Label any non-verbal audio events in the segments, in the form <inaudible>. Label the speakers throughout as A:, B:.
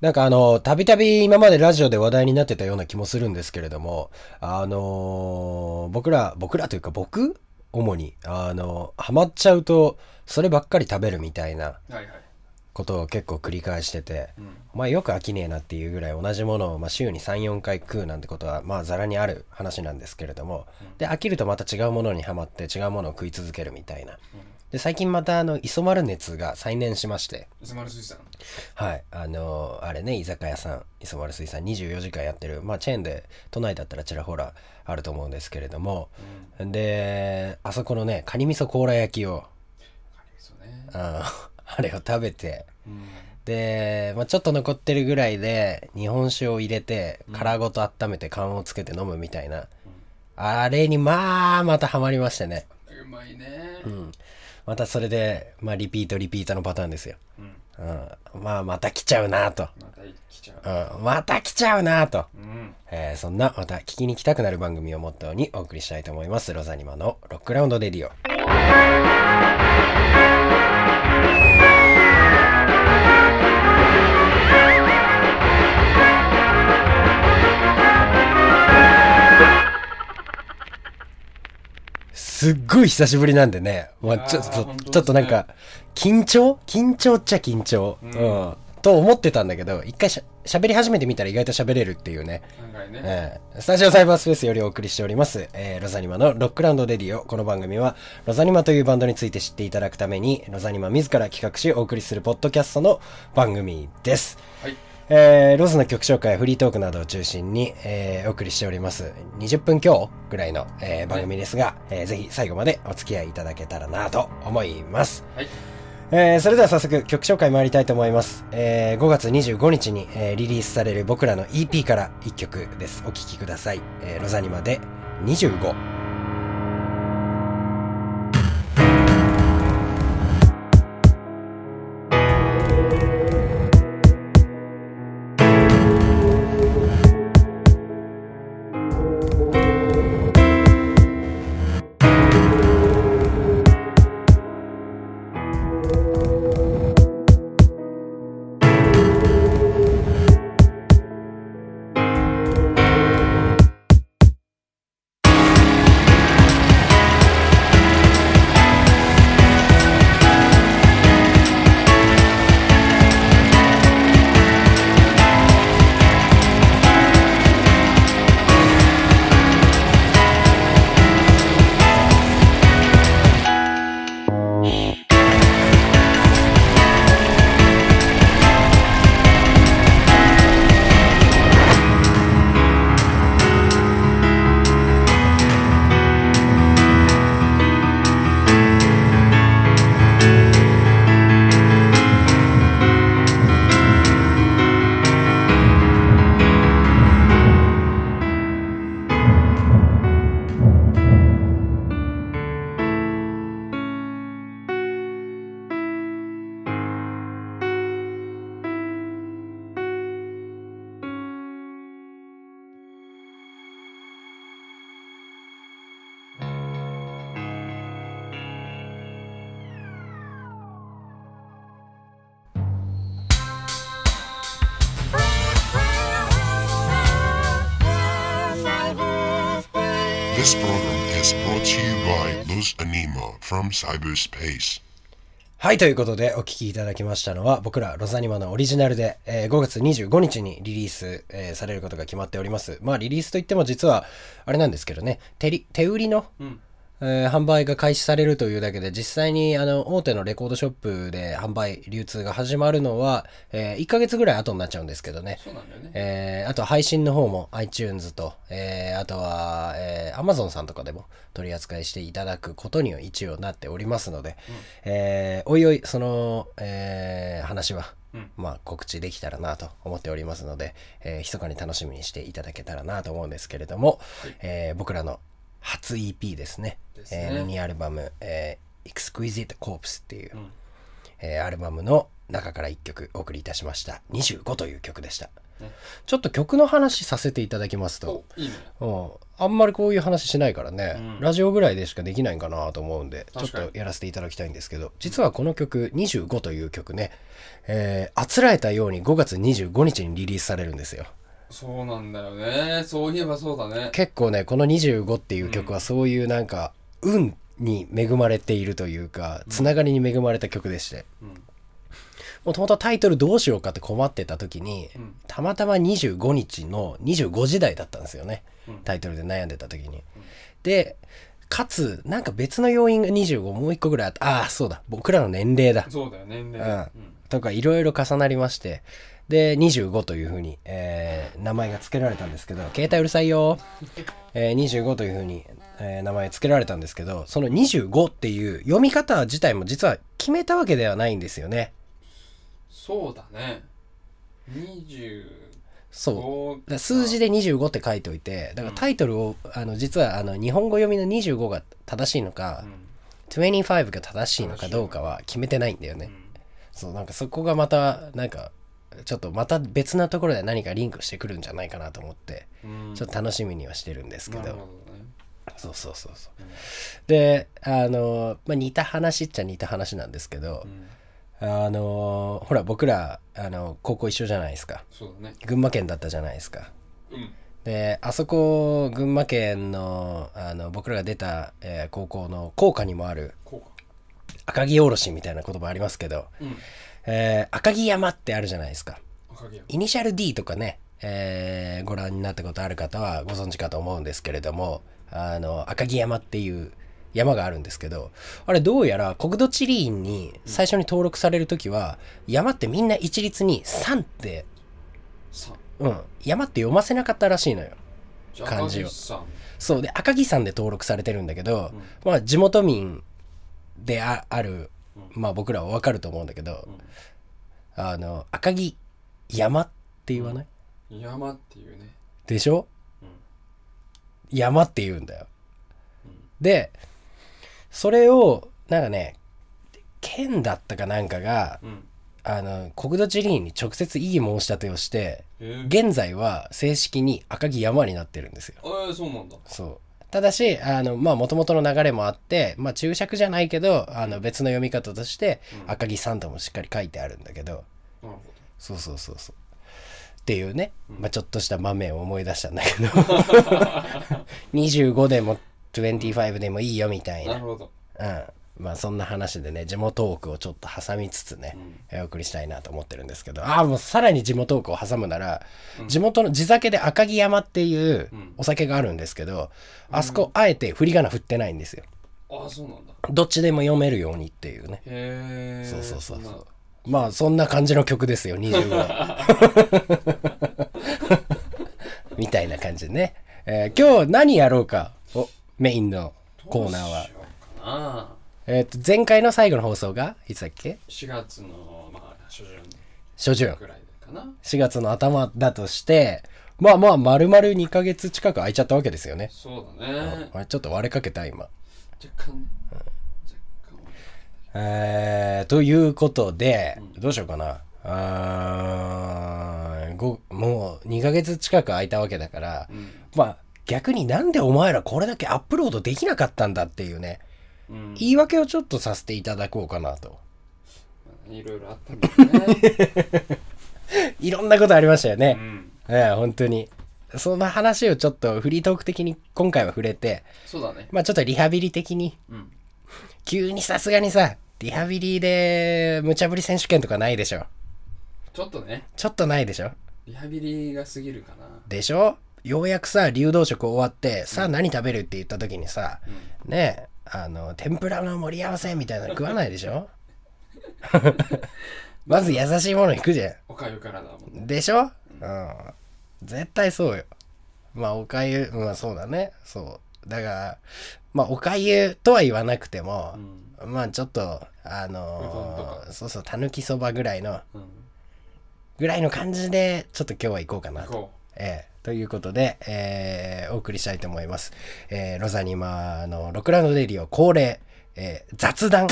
A: なんかあの、たびたび今までラジオで話題になってたような気もするんですけれども、あのー僕ら、僕らというか僕主に、あの、ハマっちゃうと、そればっかり食べるみたいな
B: はいはい
A: ことを結構繰り返してて、
B: うん
A: お前よく飽きねえなっていうぐらい同じものを、まあ、週に34回食うなんてことはまあざらにある話なんですけれども
B: うん
A: で飽きるとまた違うものにはまって違うものを食い続けるみたいな
B: うん
A: で最近またあの磯丸熱が再燃しまして
B: 磯丸水産
A: はいあのーあれね居酒屋さん磯丸水産24時間やってるまあチェーンで都内だったらちらほらあると思うんですけれども
B: うん
A: であそこのねカニ味噌甲羅焼きを
B: カレーですよね
A: あの <laughs> あれを食べて
B: うん
A: で、まあ、ちょっと残ってるぐらいで日本酒を入れて
B: うん
A: 殻ごと温めて缶をつけて飲むみたいな、
B: うん
A: あれにまあまたハマりましてね、
B: うまいね
A: うん、またそれで、まあ、リピートリピートのパターンですよ、
B: うん
A: うん、まあまた来ちゃうなと、
B: また来ちゃう
A: うん、また来ちゃうなと、
B: うん
A: えーそんなまた聞きに来たくなる番組をモットーにお送りしたいと思いますロザニマのロックラウンドレディオすっごい久しぶりなんでね、まあ、ちょ
B: いやー
A: ちょ
B: 本当ですね
A: ちょっとなんか緊張緊張っちゃ緊張、
B: う
A: うんんと思ってたんだけど一回しゃ喋り始めてみたら意外と喋れるっていうね、
B: 案外ね
A: えースタジオサイバースペースよりお送りしております、えーロザニマのロックラウンドレディオ。この番組は、ロザニマというバンドについて知っていただくために、ロザニマ自ら企画しお送りするポッドキャストの番組です。
B: はい
A: えーロズの曲紹介、フリートークなどを中心に、えーお送りしております。20分強ぐらいの、えー番組ですが、えーぜひ最後までお付き合いいただけたらなと思います。
B: はい
A: えーそれでは早速曲紹介参りたいと思います、えー5月25日に、えーリリースされる僕らの EP から1曲ですお聴きください、えーロザニマで25
C: 「
D: This program is brought to you by Luz Anima from cyberspace.
A: はい、ということでお聴きいただきましたのは、僕らロザニマのオリジナルで、えー5月25日にリリース、えーされることが決まっております。まあ、リリースといっても実は、あれなんですけどね、手り手売りの、
B: うん
A: えー販売が開始されるというだけで、実際にあの大手のレコードショップで販売、流通が始まるのは、え1ヶ月ぐらい後になっちゃうんですけどね。
B: そうなんだよね
A: えーあとは配信の方も iTunes と、えーあとは、えー Amazon さんとかでも取り扱いしていただくことには一応なっておりますので、えーおいおいその、えー話は、
B: うん
A: まあ、告知できたらなと思っておりますので、えー密かに楽しみにしていただけたらなと思うんですけれども、
B: はい
A: えー僕らの初 EP ですね
B: ですね
A: えーミニアルバム、えー Exquisite Corpse っていう、
B: うん
A: えーアルバムの中から1曲お送りいたしました25という曲でした、
B: ね
A: ちょっと曲の話させていただきますと、
B: おいいね
A: うん、あんまりこういう話しないからね、
B: うん
A: ラジオぐらいでしかできないんかなと思うんでちょっ
B: 確かに
A: とやらせていただきたいんですけど実はこの曲25という曲ね、えーあつらえたように5月25日にリリースされるんですよ
B: そうなんだよねそういえばそうだね
A: 結構ねこの25っていう曲
B: う
A: はそういうなんか運に恵まれているというかつながりに恵まれた曲でして
B: うん
A: もともとタイトルどうしようかって困ってた時に
B: うん
A: たまたま25日の25時台だったんですよね
B: うん
A: タイトルで悩んでた時にでかつなんか別の要因が25もう一個ぐらいあったああそうだ僕らの年齢だ
B: そうだよ年齢
A: うんとかいろいろ重なりましてで25というふうに、えー名前が付けられたんですけど携帯うるさいよ、えー25というふうに、えー名前付けられたんですけどその25っていう読み方自体も実は決めたわけではないんですよね
B: そうだね25
A: そうだから数字で25って書いておいてだからタイトルを、あの実はあの日本語読みの25が正しいのか
B: う、ん
A: 25が正しいのかどうかは決めてないんだよね、
B: うん
A: そうなんかそこがまたなんかちょっとまた別なところで何かリンクしてくるんじゃないかなと思って
B: うん
A: ちょっと楽しみにはしてるんですけど、
B: なるほどね
A: そうそうそうそう
B: うん
A: であの、まあ、似た話っちゃ似た話なんですけど
B: う、ん
A: あのほら僕らあの高校一緒じゃないですか
B: そうだね
A: 群馬県だったじゃないですか
B: うん
A: であそこ群馬県のあの僕らが出た、えー高校の校歌にもある
B: こうか
A: 赤城おろしみたいな言葉ありますけど、
B: うん
A: えー赤城山ってあるじゃないですか
B: 赤城山
A: イニシャル D とかね、えーご覧になったことある方はご存知かと思うんですけれども、あの、赤城山っていう山があるんですけど、あれどうやら国土地理院に最初に登録されるときは、山ってみんな一律に3って、
B: さ
A: うん、山って読ませなかったらしいのよ。
B: じゃあ
A: 漢字を
B: 赤城さ
A: そうで、赤城山で登録されてるんだけど
B: ん、うん
A: まあ地元民であある
B: うん、
A: まあ僕らはわかると思うんだけど、
B: うん
A: あの、赤城山って言わない
B: 山っていうね。
A: でしょ
B: うん。
A: 山って言うんだよ。
B: うん
A: でそれをなんかね県だったかなんかが
B: うん。
A: あの国土地理院に直接異議申し立てをして
B: えー、
A: 現在は正式に赤城山になってるんですよ
B: えー、そうなんだ。
A: そうただしあのまあもともとの流れもあってまあ注釈じゃないけどあの別の読み方として
B: うん
A: 赤城山ともしっかり書いてあるんだけど
B: なるほ
A: そうそうそうそうっていうね、
B: うん
A: まあ、ちょっとした場面を思い出したんだけど
B: <laughs>
A: 25でも25でもいいよみたい
B: ど。な
A: な
B: るほど。
A: うん、まあそんな話でね地元トークをちょっと挟みつつね
B: う、ん。
A: えーお送りしたいなと思ってるんですけどああもうさらに地元トークを挟むなら、
B: うん
A: 地元の地酒で赤城山っていう
B: うん
A: お酒があるんですけど、あそこあえて振り仮名振ってないんですよ
B: ああ、そうなんだ。
A: どっちでも読めるようにっていうね
B: へえ。
A: そうそうそうそ
B: ん
A: う
B: な
A: まあそんな感じの曲ですよ25はみたいな感じでね、えー今日何やろうかをメインのコーナー
B: どう
A: は
B: しようかな。
A: えっ、と前回の最後の放送がいつだっけ
B: 4月の、まあ、初旬
A: 初旬
B: くらいかな。
A: 4月の頭だとしてまあまあ丸々2ヶ月近く空いちゃったわけですよね、
B: そうだね。
A: あれちょっと割れかけた今
B: 若干ね。若干。
A: えー、ということで、どうしようかなあーごもう2ヶ月近く空いたわけだから、まあ逆になんでお前らこれだけアップロードできなかったんだっていうね
B: うん。
A: 言い訳をちょっとさせていただこうかなと
B: いろいろあったんだよ
A: <laughs>
B: ね。
A: いろんなことありましたよね、
B: うん。
A: ええ本当にその話をちょっとフリートーク的に今回は触れて
B: そうだね。
A: まあちょっとリハビリ的に
B: うん。
A: 急にさすがにさリハビリで無茶ぶり選手権とかないでしょ
B: ちょっとね、
A: ちょっとないでしょ
B: リハビリが過ぎるかな。
A: でしょようやくさ流動食終わってさあ何食べるって言った時にさねえあの天ぷらの盛り合わせみたいなの食わないでしょ <laughs> まず優しいもの行くじゃ
B: おかゆからだもんね。
A: んでしょうん絶対そうよまあおかゆまあそうだねそうだからまあおかゆとは言わなくても、
B: うん。
A: まあちょっとあ
B: うどん
A: の
B: と
A: ーそうそうたぬきそばぐらいの
B: うん。
A: ぐらいの感じでちょっと今日は行こうかな
B: 行
A: と。
B: こう。
A: ええということで、えーお送りしたいと思います。えーロザニマのロクラノデイリオ恒例、えー雑談。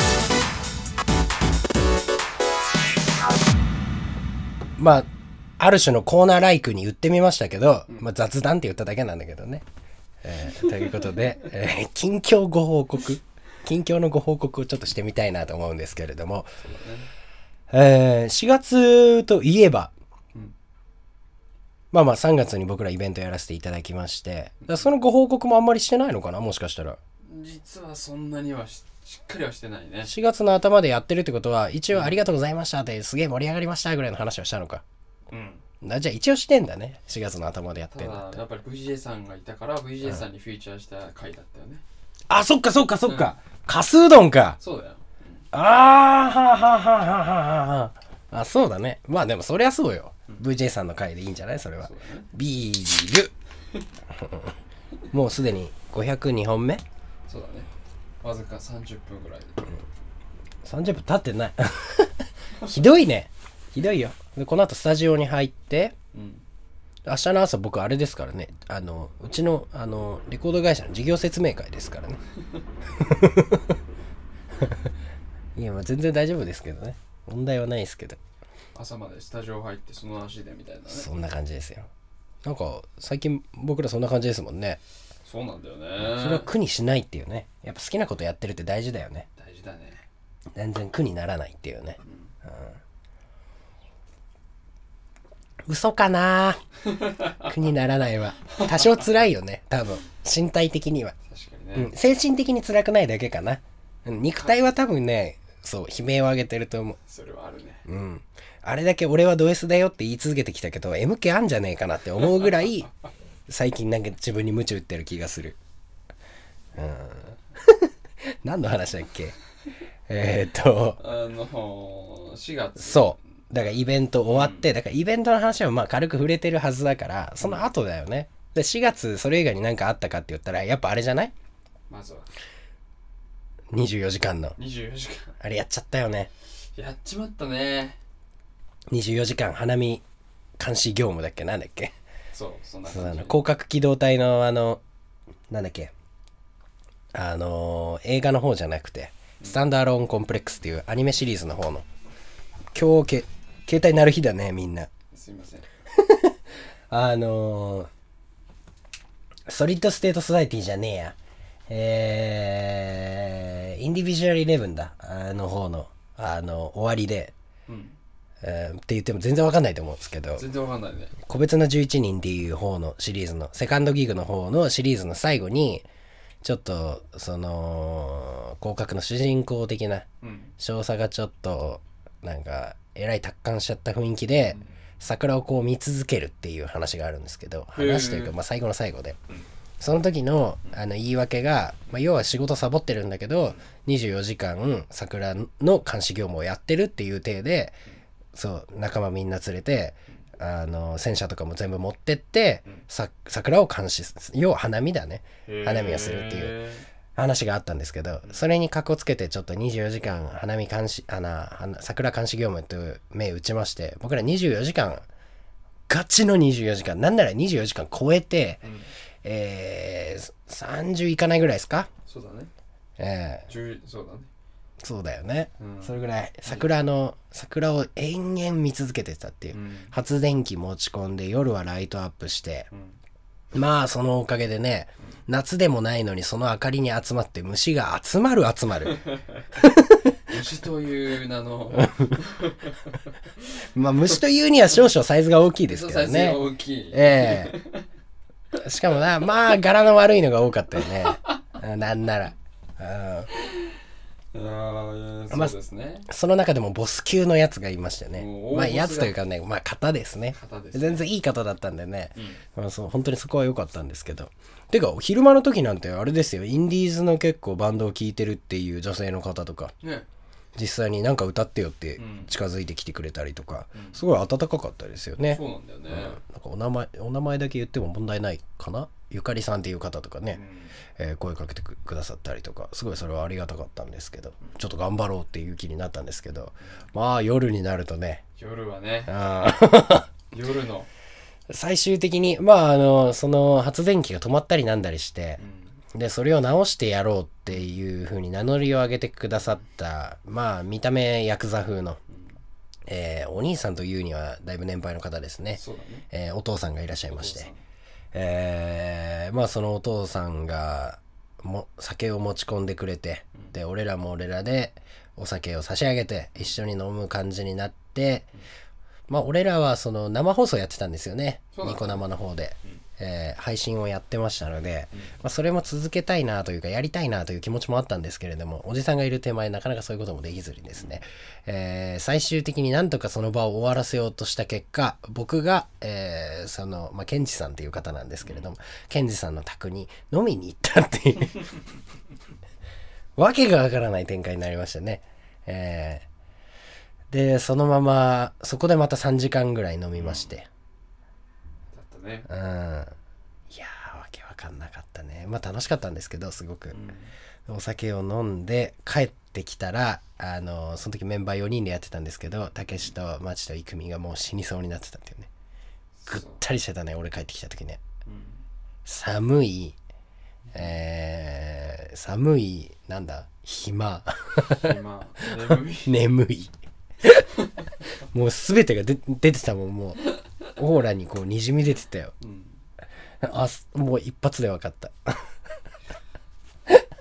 A: まあ、ある種のコーナーライクに言ってみましたけど、
B: ん
A: まあ、雑談って言っただけなんだけどね。えーということで、えー近況ご報告、近況のご報告をちょっとしてみたいなと思うんですけれども、
B: そうだね。
A: えー4月といえば、
B: うん
A: まあまあ3月に僕らイベントやらせていただきまして、だからそのご報告もあんまりしてないのかな、もしかしたら。
B: 実はそんなにはししっかりはしてないね。
A: 4月の頭でやってるってことは、一応ありがとうございましたって、すげえ盛り上がりましたぐらいの話をしたのか。
B: うん。
A: だじゃあ一応してんだね4月の頭でやったてんだっ
B: だ、
A: て
B: やっぱり VJ さんがいたから、VJ さんにフィーチャーした回だったよね。
A: あそっかそっかそっか、かすうどんか
B: そうだよ。
A: あーはあはあはあはあはあはああそうだねまあでもそりゃそうよ、VJ さんの回でいいんじゃないそれは
B: そうだね。
A: ビールもうすでに502本目
B: そうだね。わずか30分ぐらいで。
A: 30分経ってない <laughs> ひどいねひどいよでこの後スタジオに入って
B: うん。
A: 明日の朝僕あれですからねあのうちのあのレコード会社の事業説明会ですからね <laughs> いやまあ全然大丈夫ですけどね問題はないですけど
B: 朝までスタジオ入って、その足でみたいなね。
A: そんな感じですよなんか最近僕らそんな感じですもんね
B: そうなんだよ
A: それは
B: ね。
A: 苦にしないっていうねやっぱ好きなことやってるって大事だよね
B: 大事だね。
A: 全然苦にならないっていうね、うん、嘘かな苦にならないは多少辛いよね多分身体的には
B: 確かに
A: う
B: ね
A: ん、。精神的に辛くないだけかな。うん肉体は多分ね、そう、悲鳴を上げてると思
B: それはあるね。
A: う。うん。あれだけ俺はド S だよって言い続けてきたけど、MK あんじゃねえかなって思うぐらい、最近なんか自分に鞭打ってる気がする。うん。 <laughs> 何の話だっけえーっと、
B: あのー、4月。
A: そう。だからイベント終わって、だからイベントの話はまあ軽く触れてるはずだから、その後だよね。で4月それ以外に何かあったかって言ったら、やっぱあれじゃない
B: まずは
A: ?24 時間の。
B: 24時間。 <laughs>
A: あれやっちゃったよね。
B: やっちまったね。
A: 24時間花見監視業務だっけなんだっけ
B: そう、そんな
A: そうあ
B: 感じ
A: の。広角機動隊のあのなんだっけあのー映画の方じゃなくてスタンドアローンコンプレックスっていうアニメシリーズの方の今日け携帯鳴る日だねみんな
B: すいません。
A: あのーソリッドステートソサイティじゃねえやえーインディビジュアルイレブンだあの方のあの終わりで、
B: うん。
A: えーって言っても全然わかんないと思うんですけど
B: 全然わかんないね。
A: 個別の11人っていう方のシリーズのセカンドギグの方のシリーズの最後にちょっとその広角の主人公的な
B: うん。
A: 少佐がちょっとなんかえらい達観しちゃった雰囲気で桜をこう見続けるっていう話があるんですけど
B: へー
A: 話というかまあ最後の最後で
B: うん
A: その時のあの言い訳が、まあ、要は仕事サボってるんだけど24時間桜の監視業務をやってるっていう体でそう仲間みんな連れてあの戦車とかも全部持ってって
B: うん
A: さ桜を監視す要は花見だね花見をするっていう
B: う。
A: 話があったんですけどそれにかこつけてちょっと24時間花見監視あな花桜監視業務という銘打ちまして僕ら24時間ガチの24時間なんなら24時間超えて、
B: うん
A: えー30いかないぐらいですか、
B: そうだね。
A: え
B: 10そうだね。
A: ーそうだよね、
B: うん
A: それぐらい桜の桜を延々見続けてたっていう、
B: うん。
A: 発電機持ち込んで夜はライトアップして
B: うん。
A: まあそのおかげでね夏でもないのにその明かりに集まって虫が集まる集まる
B: 牛という名の、
A: まあ虫というには少々サイズが大きい <laughs> ですけど
B: 再生
A: ね
B: が大きい。
A: ええしかもなまあ柄の悪いのが多かったよねうんなんなら、うん、
B: ああ、そ
A: まあ
B: うですね。
A: その中でもボス級のやつがいましたね
B: おー
A: まあ
B: 大ボスが
A: やつというかねまあ型ですね
B: 型ですね
A: 全然いい型だったんでね、
B: うん
A: まあ、そう本当にそこは良かったんですけどてか昼間の時なんてあれですよインディーズの結構バンドを聴いてるっていう女性の方とか
B: ね。
A: 実際になんか歌ってよって
B: うん
A: 近づいてきてくれたりとか、
B: うん
A: すごい温かかったですよね、
B: そうなんだよね。
A: なんかお名前お名前だけ言っても問題ないかなゆかりさんっていう方とか
B: う
A: ね、
B: ん
A: えー声かけてくくださったりとかすごいそれはありがたかったんですけどちょっと頑張ろうっていう気になったんですけどまあ夜になるとね
B: 夜はね、
A: あー <laughs>
B: 夜の、
A: 最終的にまああのその発電機が止まったりなんだりして
B: うん
A: でそれを直してやろうっていう風に名乗りを上げてくださったまあ見た目ヤクザ風の、えーお兄さんというにはだいぶ年配の方ですね、
B: そうだね。
A: えーお父さんがいらっしゃいまし
B: お父
A: て
B: さん、
A: えーまあそのお父さんがも酒を持ち込んでくれてで俺らも俺らでお酒を差し上げて一緒に飲む感じになってまあ俺らはその生放送やってたんですよね
B: そうだ
A: ニコ生の方で、えー配信をやってましたので、
B: うん
A: まあ、それも続けたいなというかやりたいなという気持ちもあったんですけれどもおじさんがいる手前なかなかそういうこともできずにですね、えー最終的になんとかその場を終わらせようとした結果僕が、えーその、まあ、ケンジさんという方なんですけれども、ケンジさんの宅に飲みに行ったっていう <laughs> わけがわからない展開になりましたね。えーでそのままそこでまた3時間ぐらい飲みまして。
B: だったね。
A: うんいやーわけわかんなかったねまあ楽しかったんですけどすごく
B: う、ん。
A: お酒を飲んで帰ってきたらあのその時メンバー4人でやってたんですけどたけしとまちといくみがもう死にそうになってたっていうねぐっ
B: そう
A: たりしてたね俺帰ってきた時ね
B: うん
A: 寒いえー、寒いなんだ暇
B: 今、眠い。
A: 眠いもう全てが出出てたもんもうオーラにこうにじみ出てたよ
B: うん。
A: あすもう一発で分かった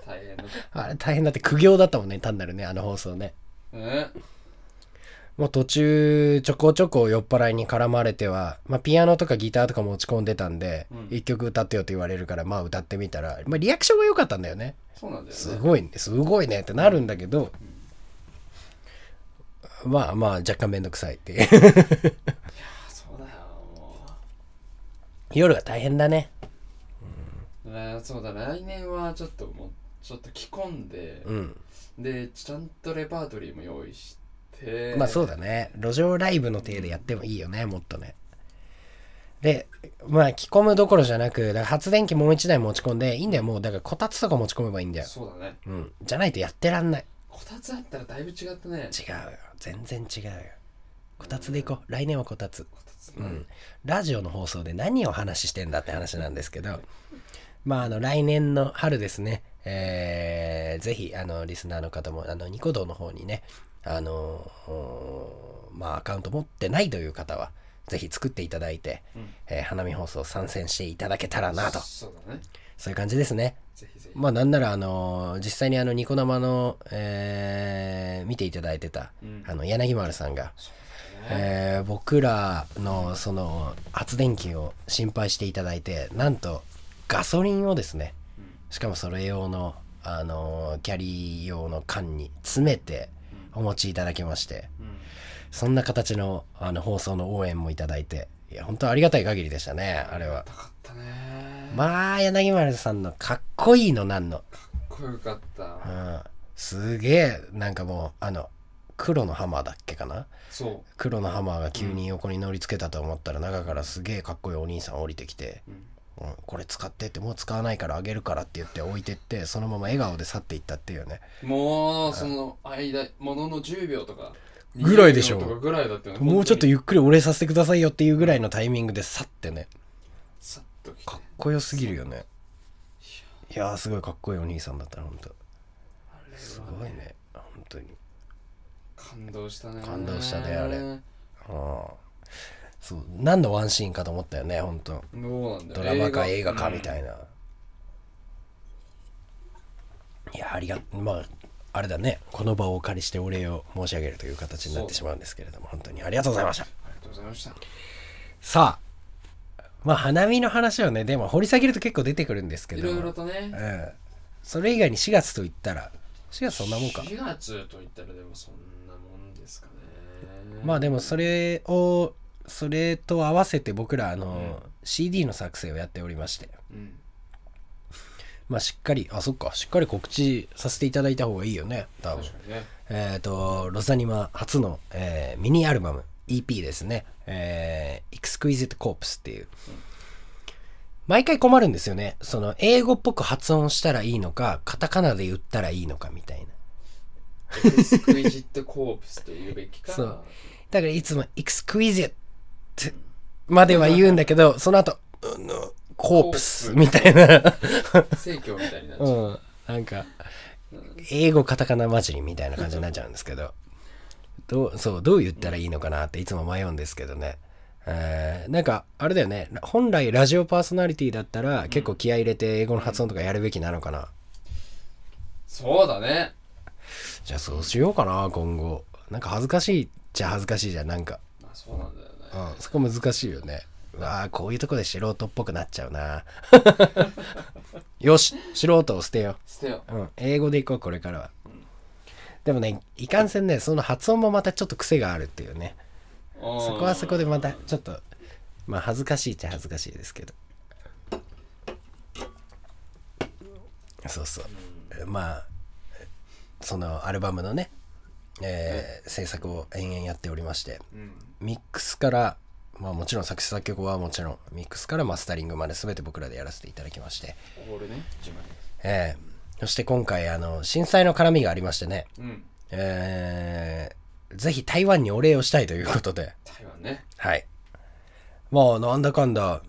B: 大変だった。
A: あれ大変だって苦行だったもんね単なるねあの放送ね
B: え
A: もう途中ちょこちょこ酔っ払いに絡まれては、まあ、ピアノとかギターとか持ち込んでたんで、
B: うん
A: 一曲歌ってよって言われるからまあ歌ってみたら、まあ、リアクションが良かったんだよね
B: そうなんだよね。
A: すごいねすごいねってなるんだけど、まあまあ若干めんどくさいっていう
B: <laughs> あそうだよ。も
A: 夜が大変だね
B: うねそうだ、来年はちょっともう、ちょっと着込んで、
A: うん
B: で、ちゃんとレパートリーも用意して、
A: まあそうだね路上ライブの体でやってもいいよねもっとねでまあ着込むどころじゃなくだから発電機もう一台持ち込んでいいんだよもうだからこたつとか持ち込めばいいんだよ、
B: そうだね。
A: うん、じゃないとやってらんない
B: こたつあったらだいぶ違った
A: 違う
B: ね。
A: よ全然違うよこたつで行こう来年はこたつ
B: こたつ
A: う
B: ね
A: んラジオの放送で何を話してんだって話なんですけどまああの来年の春ですねえーぜひあのリスナーの方もあのニコ動の方にねあのおーまあアカウント持ってないという方はぜひ作っていただいて、
B: うん
A: えー花見放送参戦していただけたらなと
B: そうだね。
A: そういう感じですね
B: ぜひぜひ。
A: まあなんならあの実際にあのニコ生の、えー見ていただいてた、
B: うん
A: あの柳丸さんが、
B: そうだね
A: えー僕らのその発電機を心配していただいてなんとガソリンをですね
B: うん
A: しかもそれ用の、あのキャリー用の缶に詰めてお持ちいただきまして
B: うん
A: そんな形のあの放送の応援もいただいていや本当ありがたい限りでしたねあれは
B: 高かったね。かっ
A: まあ柳丸さんのかっこいいのなんの
B: こよかった
A: う。んすげえなんかもうあの黒のハマーだっけかな
B: そ
A: 黒のハマーが急に横に乗りつけたと思ったら、中からすげえかっこいいお兄さん降りてきて、
B: う。うん
A: うん「これ使って」って「もう使わないからあげるから」って言って置いてってそのまま笑顔で去っていったっていうね
B: もう、その間、ものの10秒とか。
A: <laughs> ぐらいでしょ
B: 20秒とかぐらいだったよね
A: もうちょっと
B: 本
A: ゆっくりお礼させてくださいよっていうぐらいのタイミングで去ってね
B: 当にさっと来て
A: かっこよすぎるよねいやーすごいかっこいいお兄さんだったなほんと
B: あれは
A: すごいね本当に
B: 感動したね
A: 感動したねあれああそう何のワンシーンかと思ったよね本当
B: どうなんだ
A: ド
B: よ
A: ラマか映画かみ
B: い
A: たいな、いやありがまああれだねこの場をお借りしてお礼を申し上げるという形になってしまうんですけれども本当にありがとうございました
B: な、ありがとうございました
A: さあまあ花見の話をねでも掘り下げると結構出てくるんですけ
B: い
A: ど
B: ろいろとね
A: うん、それ以外に4月と言ったら4月そんなもんか
B: 4月といったらでもそんなもんですかね
A: まあでもそれをそれと合わせて僕らあの、CD の作成をやっておりまして
B: うん
A: まあしっかり、あ、そっか、しっかり告知させていただいた方がいいよね、多分
B: 確。かにね
A: えっ、と、ロザニマ初の、えーミニアルバム、EP ですね。えー、Exquisite Corpse っていう。毎回困るんですよね。その、英語っぽく発音したらいいのか、カタカナで言ったらいいのかみたいな。
B: エクスクイジットコープスと言うべきか
A: そうだからいつも Exquisite までは言うんだけど、その後、うんの、コープスみたいな。
B: 正教みたいになっちゃう、
A: うん、なんか英語カタカナ混じりみたいな感じになっちゃうんですけどどうそうどう言ったらいいのかなっていつも迷うんですけどね、えーなんかあれだよね本来ラジオパーソナリティだったら結構気合い入れて英語の発音とかやるべきなのかな、
B: そうだね。
A: じゃあそうしようかな今後なんか恥ずかしいじゃ恥ずかしいじゃんなんか、
B: まあそうなんだよね。
A: うん、そこ難しいよねうわあこういうとこで素人っぽくなっちゃうな <laughs> よし素人を捨てよ
B: 捨てよ
A: う、うん、英語でいこうこれからはでもねいかんせんねその発音もまたちょっと癖があるっていうね
B: う。
A: そこはそこでまたちょっとまあ恥ずかしいっちゃ恥ずかしいですけどそうそうまあそのアルバムのね、えー制作を延々やっておりまして
B: うん。
A: ミックスからまあもちろん作詞作曲はもちろんミックスからマスタリングまで全て僕らでやらせていただきまして、
B: オールね、自分で
A: えーそして今回あの震災の絡みがありましてね、
B: うん。
A: えーぜひ台湾にお礼をしたいということで
B: 台湾ね。
A: はい。まあ、なんだかんだ、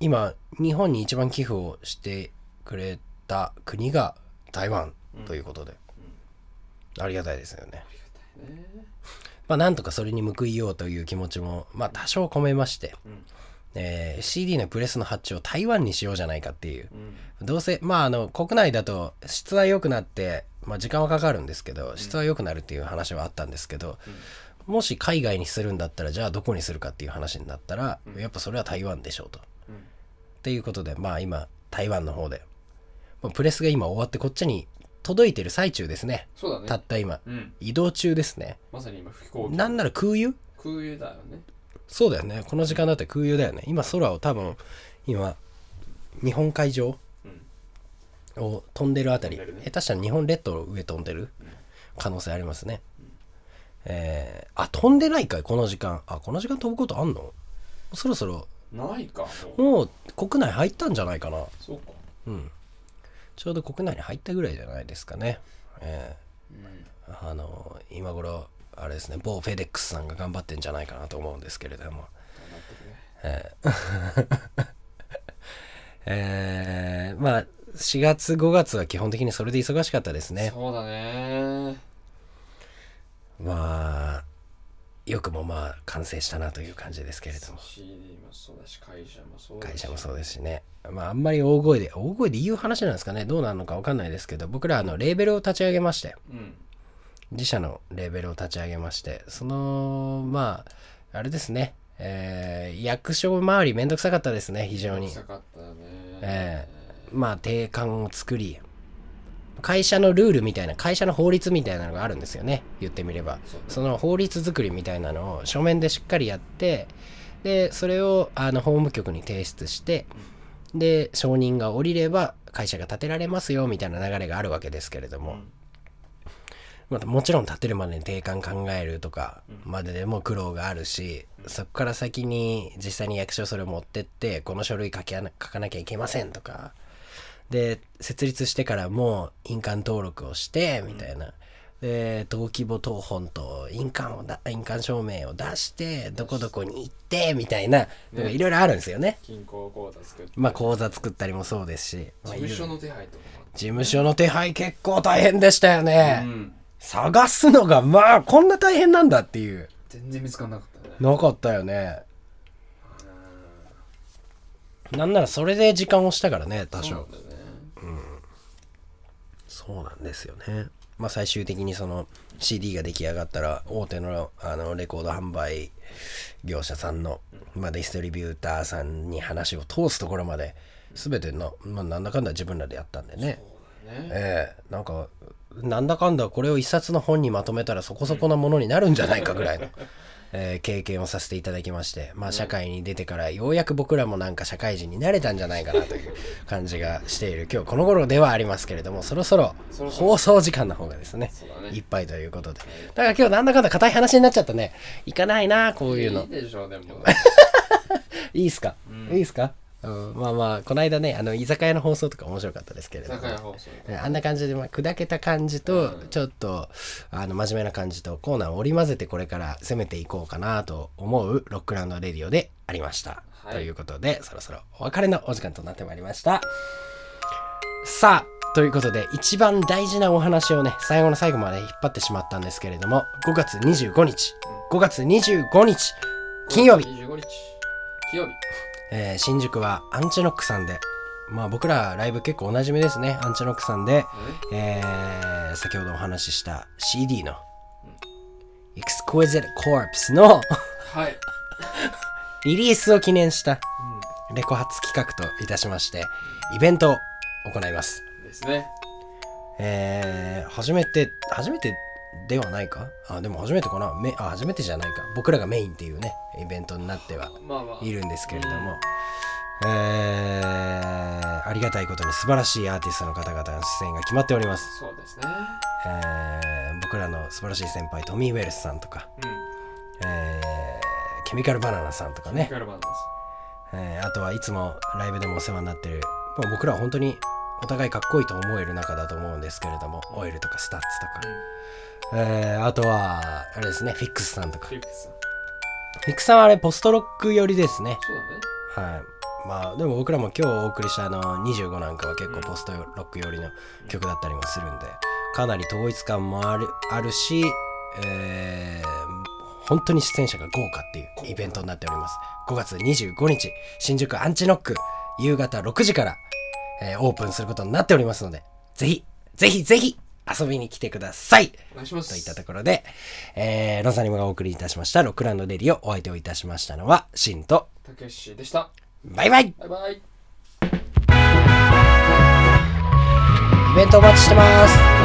A: 今、日本に一番寄付をしてくれた国が台湾ということで、ありがたいですよね。まあ、なんとかそれに報いようという気持ちも、まあ、多少込めまして、
B: ん
A: えー CD のプレスの発注を台湾にしようじゃないかっていう。
B: うん。
A: どうせ、まあ、あの、国内だと質は良くなって、まあ、時間はかかるんですけど、質は良くなるっていう話はあったんですけど、もし海外にするんだったら、じゃあどこにするかっていう話になったら、やっぱそれは台湾でしょうと。
B: うん
A: っていうことで、まあ、今、台湾の方で、まあ、プレスが今終わって、こっちに届いてる最中ですね。
B: そうだね。
A: たった今。
B: うん。
A: 移動中ですね。
B: まさに今、飛行機。
A: なんなら空輸
B: 空輸だよね。
A: そうだよね。この時間だって空輸だよね。今、空を多分、今、日本海上
B: うん。
A: を飛んでるあたり、
B: 飛んでるね
A: 下手したら日本列島の上飛んでる可能性ありますね、えー、あ飛んでないかいこの時間あこの時間飛ぶことあんのそろそろ
B: ないか、もう。
A: もう国内入ったんじゃないかな
B: そうか。
A: うんちょうど国内に入ったぐらいじゃないですかねえ
B: うん。
A: ーあの今頃あれですね某フェデックスさんが頑張ってんじゃないかなと思うんですけれども
B: なってるね。
A: <laughs> えー、まあ4月5月は基本的にそれで忙しかったですね
B: そうだね。
A: まあよくもまあ完成したなという感じですけれども
B: CD もそうだし、会社もそうだし。
A: 会社もそうですしねまああんまり大声で大声で言う話なんですかねどうなるのか分かんないですけど僕らあのレーベルを立ち上げまして
B: うん。
A: 自社のレーベルを立ち上げましてそのまああれですねえー役所周りめんどくさかったですね非常に
B: 臭かったよね。
A: ええまあ定款を作り会社のルールみたいな会社の法律みたいなのがあるんですよね言ってみれば
B: そうね
A: その法律作りみたいなのを書面でしっかりやってでそれをあの法務局に提出してで承認が下りれば会社が建てられますよみたいな流れがあるわけですけれども、
B: うん
A: まあ、もちろん建てるまでに定款考えるとかまででも苦労があるし、そこから先に実際に役所それを持ってってこの書類書きあな書かなきゃいけませんとかで設立してからもう印鑑登録をしてみたいな、で登記簿謄本と印鑑をだ印鑑証明を出してどこどこに行ってみたいななんかいろいろあるんですよね。
B: 銀行口座作って。
A: まあ口座作ったりもそうですし、ま
B: 事
A: あいろい
B: 務
A: ろ
B: 所の手配とかもあっ
A: 事務所の手配結構大変でしたよね。
B: て。うん。
A: 探すのがまあこんな大変なんだっていう
B: 全然見つからなかったね。
A: なかったよねなんならそれで時間をしたからね多
B: そ
A: 少
B: うなんだよね。
A: そうなんですよねまあ最終的にその CD が出来上がったら大手のあのレコード販売業者さんの、まあ、ディストリビューターさんに話を通すところまで全ての、まあ、なんだかんだ自分らでやったんでね <laughs>
B: そうだね。
A: ええなんかなんだかんだこれを一冊の本にまとめたらそこそこなものになるんじゃないかぐら
B: <laughs>
A: いの、ええ経験をさせていただきましてまあ社会に出てからようやく僕らもなんか社会人になれたんじゃないかなという感じがしている今日この頃ではありますけれどもそろそろ
B: そろそろ
A: 放送時間の方がですね
B: そうだね
A: いっぱいということでだから今日なんだかんだ硬い話になっちゃったねいかないなこういうの
B: いいでしょ、でも。
A: いいっすか、いいっすか、うん、まあまあこの間ねあの居酒屋の放送とか面白かったですけれども
B: 酒屋放送。
A: あんな感じで、まあ、砕けた感じと、ちょっとあの真面目な感じとコーナーを織り交ぜてこれから攻めていこうかなと思うロックランドレディオでありました、
B: はい
A: ということでそろそろお別れのお時間となってまいりましたさあということで、一番大事なお話をね、最後の最後まで引っ張ってしまったんですけれども、5月25日、5月25日、金曜日、
B: 25日金曜日
A: えー新宿はアンチノックさんで、まあ僕らライブ結構おなじみですね、アンチノックさんで、えー先ほどお話しした CD の、Exquisite Corpse の <laughs>
B: はい、
A: リリースを記念したレコ発企画といたしまして、イベントを行います。
B: うん、ですね
A: えー、初めて、初めてではないかあ、でも初めてかなめあ、初めてじゃないか。僕らがメインっていうね、イベントになっては
B: まあまあ
A: いるんですけれども、えー、ありがたいことに素晴らしいアーティストの方々の出演が決まっております。
B: そうですね
A: えー、僕らの素晴らしい先輩、トミー・ウェルスさんとか、
B: うん
A: えー、ケミカル・バナナさんとかね
B: ミ、カルバンドです
A: えーあとはいつもライブでもお世話になってる、まあ僕らは本当にお互いかっこいいと思える仲だと思うんですけれども、オイルとかスタッツとか、えーあとは、あれですね、フィックスさんとか。
B: ク
A: フ
B: リックスさん
A: ィックスさんはあれ、ポストロック寄りですね。
B: そうだね
A: はい。まあ、でも僕らも今日お送りしたあの25なんかは結構ポストロック寄りの曲だったりもするんで、かなり統一感もあるあるし、えー本当に出演者が豪華っていうイベントになっております。5月25日、新宿アンチノック、夕方6時から、えーオープンすることになっておりますので、ぜひ、ぜひぜひ遊びに来てください
B: お願いします
A: といったところで、えー、ロサニムがお送りいたしました、ロックランドデリをお相手をいたしましたのは、シンと、
B: たけしでした
A: バイバイイ
B: バイバイ
A: ベントお待ちしてます